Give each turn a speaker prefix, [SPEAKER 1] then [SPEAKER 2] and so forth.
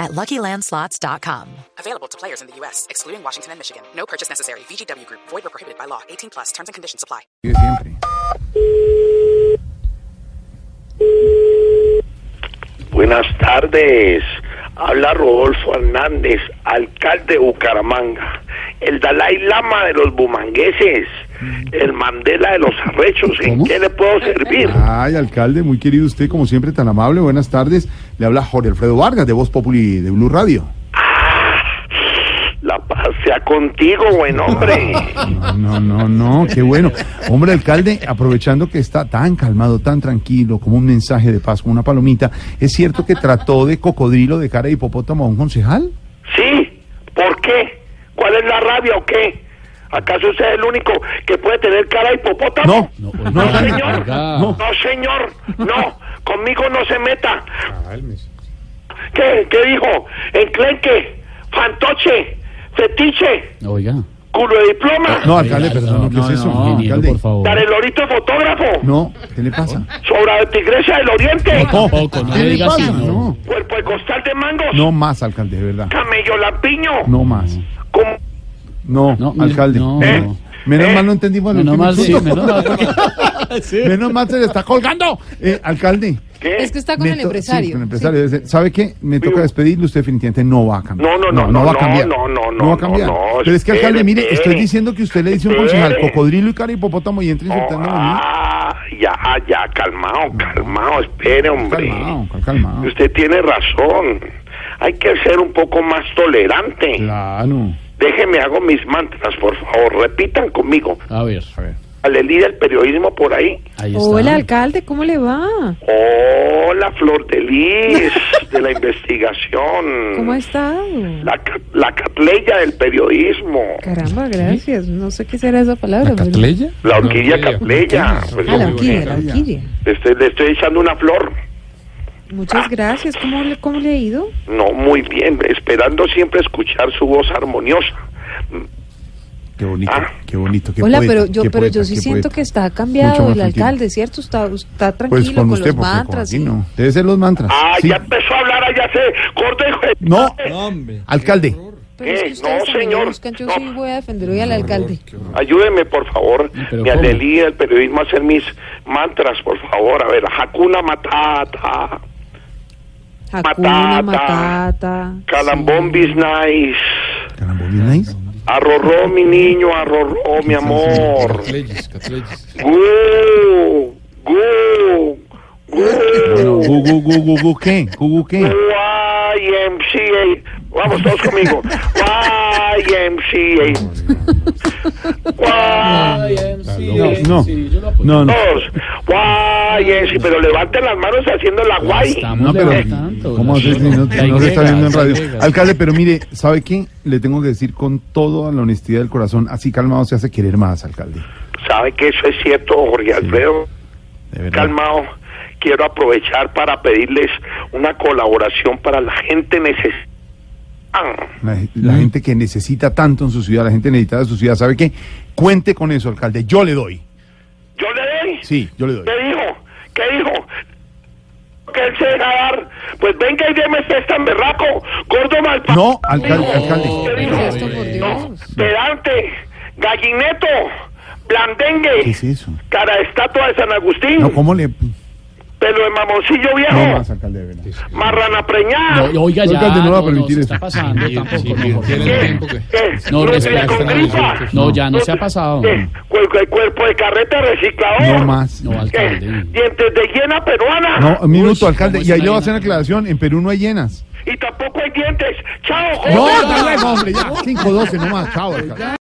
[SPEAKER 1] at luckylandslots.com.
[SPEAKER 2] Available to players in the U.S., excluding Washington and Michigan. No purchase necessary. VGW Group, void or prohibited by law. 18 plus terms and conditions apply.
[SPEAKER 3] Yo siempre.
[SPEAKER 4] Buenas tardes. Habla Rodolfo Hernández, alcalde de Bucaramanga, el Dalai Lama de los bumangueses, el Mandela de los arrechos. ¿En
[SPEAKER 3] Mm. ¿Cómo? Ah.
[SPEAKER 4] qué le puedo servir?
[SPEAKER 3] Ay, alcalde, muy querido usted, como siempre, tan amable. Buenas tardes. Le habla Jorge Alfredo Vargas, de Voz Populi de Blue Radio.
[SPEAKER 4] La paz sea contigo, buen hombre.
[SPEAKER 3] No, no, no, no, qué bueno. Hombre, alcalde, aprovechando que está tan calmado, tan tranquilo, como un mensaje de paz, como una palomita, ¿es cierto que trató de cocodrilo de cara de hipopótamo a un concejal?
[SPEAKER 4] Sí, ¿por qué? ¿Cuál es la rabia o qué? ¿Acaso usted es el único que puede tener cara de hipopótamo?
[SPEAKER 3] No, no,
[SPEAKER 4] no,
[SPEAKER 3] no,
[SPEAKER 4] señor.
[SPEAKER 3] oiga.
[SPEAKER 4] No, señor. No, conmigo no se meta. ¿Qué, qué dijo? Enclenque, fantoche, fetiche,
[SPEAKER 5] Oiga.
[SPEAKER 4] culo de diploma,
[SPEAKER 3] No, alcalde, perdón, no, ¿qué es eso?
[SPEAKER 5] ingeniero,
[SPEAKER 3] alcalde.
[SPEAKER 5] por favor.
[SPEAKER 4] tarelorito fotógrafo,
[SPEAKER 3] No, ¿qué le pasa?
[SPEAKER 4] sobra de tigresa del oriente,
[SPEAKER 5] Tampoco, no
[SPEAKER 3] Ah, ¿Qué
[SPEAKER 5] le
[SPEAKER 3] le
[SPEAKER 5] digas
[SPEAKER 3] pasa?
[SPEAKER 5] así, no.
[SPEAKER 3] No,
[SPEAKER 4] cuerpo de costal de mangos,
[SPEAKER 3] no más, alcalde, de verdad.
[SPEAKER 4] camello lampiño,
[SPEAKER 3] No más.
[SPEAKER 4] como-
[SPEAKER 3] No,
[SPEAKER 5] No, mire,
[SPEAKER 3] alcalde.
[SPEAKER 5] no.
[SPEAKER 3] Eh, Menos
[SPEAKER 4] eh,
[SPEAKER 3] mal no entendimos lo
[SPEAKER 5] Menos mal, sí,
[SPEAKER 3] insulto.
[SPEAKER 5] menos mal. porque- Sí.
[SPEAKER 3] Menos mal se le está colgando. Eh, alcalde.
[SPEAKER 4] ¿Qué?
[SPEAKER 6] Es que está con
[SPEAKER 3] me
[SPEAKER 6] el
[SPEAKER 3] to-
[SPEAKER 6] empresario.
[SPEAKER 3] sí, con el empresario. Desde- ¿Sabe qué? Me toca despedirle. Usted definitivamente no va a cambiar.
[SPEAKER 4] No, no, no,
[SPEAKER 3] va a
[SPEAKER 4] no,
[SPEAKER 3] cambiar.
[SPEAKER 4] no, no,
[SPEAKER 3] va a
[SPEAKER 4] no,
[SPEAKER 3] cambiar.
[SPEAKER 4] no,
[SPEAKER 3] Pero es que, alcalde,
[SPEAKER 4] espere,
[SPEAKER 3] mire, estoy
[SPEAKER 4] espere.
[SPEAKER 3] diciendo que usted le dice a un
[SPEAKER 4] Espere.
[SPEAKER 3] concejal cocodrilo y cara hipopótamo y entra insultándome a mí.
[SPEAKER 4] Ah, ya, ya, calmado, calmado, espere, hombre.
[SPEAKER 3] Calmado, cal- calmado.
[SPEAKER 4] Usted tiene razón. Hay que ser un poco más tolerante.
[SPEAKER 3] Claro.
[SPEAKER 4] Déjeme hago mis mantras, por favor. Repitan conmigo.
[SPEAKER 5] A ver,
[SPEAKER 3] A ver.
[SPEAKER 4] Al líder del periodismo por ahí.
[SPEAKER 5] ahí está.
[SPEAKER 6] Hola, alcalde, ¿cómo le va?
[SPEAKER 4] Hola, Flor de Lis, de la investigación.
[SPEAKER 6] ¿Cómo ha estado?
[SPEAKER 4] La, ca- la catleya del periodismo.
[SPEAKER 6] Caramba, gracias. No sé qué será esa palabra. pero-
[SPEAKER 4] La orquídea catleya. Pues,
[SPEAKER 6] Ah, la
[SPEAKER 4] como-
[SPEAKER 6] orquídea, la orquídea.
[SPEAKER 4] le estoy- le estoy echando una flor.
[SPEAKER 6] Muchas gracias. ¿Cómo le, cómo le ha ido?
[SPEAKER 4] No, muy bien. Esperando siempre escuchar su voz armoniosa.
[SPEAKER 3] Qué bonito,
[SPEAKER 4] Ah.
[SPEAKER 3] qué bonito. Qué
[SPEAKER 6] Hola,
[SPEAKER 3] poeta,
[SPEAKER 6] pero yo,
[SPEAKER 3] qué
[SPEAKER 6] pero yo
[SPEAKER 3] poeta,
[SPEAKER 6] sí
[SPEAKER 3] qué
[SPEAKER 6] siento
[SPEAKER 3] poeta.
[SPEAKER 6] que está
[SPEAKER 3] Mucho
[SPEAKER 6] cambiado
[SPEAKER 3] más
[SPEAKER 6] el
[SPEAKER 3] tranquilo.
[SPEAKER 6] alpues, alcalde, ¿cierto? Está, está tranquilo
[SPEAKER 3] Pues
[SPEAKER 6] con,
[SPEAKER 3] con usted,
[SPEAKER 6] los
[SPEAKER 3] porque con
[SPEAKER 6] mantras.
[SPEAKER 3] aquí
[SPEAKER 6] y-
[SPEAKER 3] no. Debe ser los mantras.
[SPEAKER 4] Ah,
[SPEAKER 3] Sí.
[SPEAKER 4] ya empezó a hablar allá se corta hijo de-
[SPEAKER 3] No, alcalde.
[SPEAKER 6] Pero es
[SPEAKER 4] Eh,
[SPEAKER 6] que ustedes
[SPEAKER 4] no,
[SPEAKER 6] también
[SPEAKER 4] señor,
[SPEAKER 6] lo buscan. Yo
[SPEAKER 4] no.
[SPEAKER 6] sí voy a defender hoy al alcalde.
[SPEAKER 4] Ayúdeme, por favor.
[SPEAKER 5] pero
[SPEAKER 4] Me
[SPEAKER 5] ¿cómo?
[SPEAKER 4] alelía el periodismo a hacer mis mantras, por favor. A ver, Hakuna Matata,
[SPEAKER 6] Hakuna,
[SPEAKER 4] Matata.
[SPEAKER 6] matata.
[SPEAKER 4] Calambón Bis Nice,
[SPEAKER 3] Carambolina, ¿eh?
[SPEAKER 4] Arroró, mi niño, Arroró, mi amor. Gu, gu,
[SPEAKER 3] No,
[SPEAKER 4] gu.
[SPEAKER 3] gu, gu, gu, gu, gu, ¿qué? Gu, gu, ¿qué?
[SPEAKER 4] YMCA. Vamos todos conmigo. YMCA. YMCA.
[SPEAKER 6] em,
[SPEAKER 3] No, no, no. no.
[SPEAKER 4] Todos. YMCA. Pero levanten las manos haciendo la guay.
[SPEAKER 3] No, pero
[SPEAKER 5] levantando,
[SPEAKER 3] ¿cómo
[SPEAKER 5] la
[SPEAKER 3] haces si no,
[SPEAKER 5] señora?
[SPEAKER 3] si no se está viendo en
[SPEAKER 5] La
[SPEAKER 3] radio?
[SPEAKER 5] griega.
[SPEAKER 3] Alcalde, pero mire, ¿sabe qué? Le tengo que decir con toda la honestidad del corazón, así calmado se hace querer más, alcalde.
[SPEAKER 4] ¿Sabe que eso es cierto, Jorge Alfredo?
[SPEAKER 3] De verdad.
[SPEAKER 4] Calmado. Quiero aprovechar para pedirles una colaboración para la gente necesitada.
[SPEAKER 3] La, la gente que necesita tanto en su ciudad, la gente necesitada de su ciudad, ¿sabe qué? Cuente con eso, alcalde. Yo le doy.
[SPEAKER 4] Yo le doy.
[SPEAKER 3] Sí, yo le doy.
[SPEAKER 4] ¿Qué dijo? ¿Qué dijo? Que él se deja dar. Pues venga y deme este tan berraco. Gordo mal.
[SPEAKER 3] No, alcalde, alcalde.
[SPEAKER 6] ¿Qué es esto,
[SPEAKER 4] No,
[SPEAKER 6] por Dios?
[SPEAKER 4] pedante, gallineto,
[SPEAKER 3] ¿Qué
[SPEAKER 4] blandengue,
[SPEAKER 3] es eso?
[SPEAKER 4] cara de estatua de San Agustín,
[SPEAKER 3] No, ¿cómo le.?
[SPEAKER 4] pelo de mamoncillo viejo,
[SPEAKER 3] No más, alcalde, de verdad.
[SPEAKER 4] marrana preñada,
[SPEAKER 5] No, Ah, oiga, ya.
[SPEAKER 3] Alcalde, no va a permitir
[SPEAKER 5] se
[SPEAKER 3] eso.
[SPEAKER 5] está pasando tampoco. no, por favor.
[SPEAKER 4] ¿Qué? ¿Qué?
[SPEAKER 5] No,
[SPEAKER 4] Rubia
[SPEAKER 5] respeta,
[SPEAKER 4] con gripa,
[SPEAKER 5] Ah, No, ya no se ha pasado.
[SPEAKER 4] ¿Qué? Cuer- cuerpo de carreta reciclador,
[SPEAKER 3] No más.
[SPEAKER 5] No,
[SPEAKER 4] ¿Qué?
[SPEAKER 5] alcalde.
[SPEAKER 4] dientes de hiena peruana,
[SPEAKER 3] No, un minuto,
[SPEAKER 5] Uy,
[SPEAKER 3] alcalde.
[SPEAKER 5] ¿cómo
[SPEAKER 3] Y ahí
[SPEAKER 5] está
[SPEAKER 3] le voy a
[SPEAKER 5] la
[SPEAKER 3] hacer una
[SPEAKER 5] vaina?
[SPEAKER 3] aclaración. En Perú no hay llenas.
[SPEAKER 4] y tampoco hay dientes, chao,
[SPEAKER 3] No,
[SPEAKER 4] joder.
[SPEAKER 3] hasta luego, hombre, ya. 5-12 nomás. Chao, alcalde.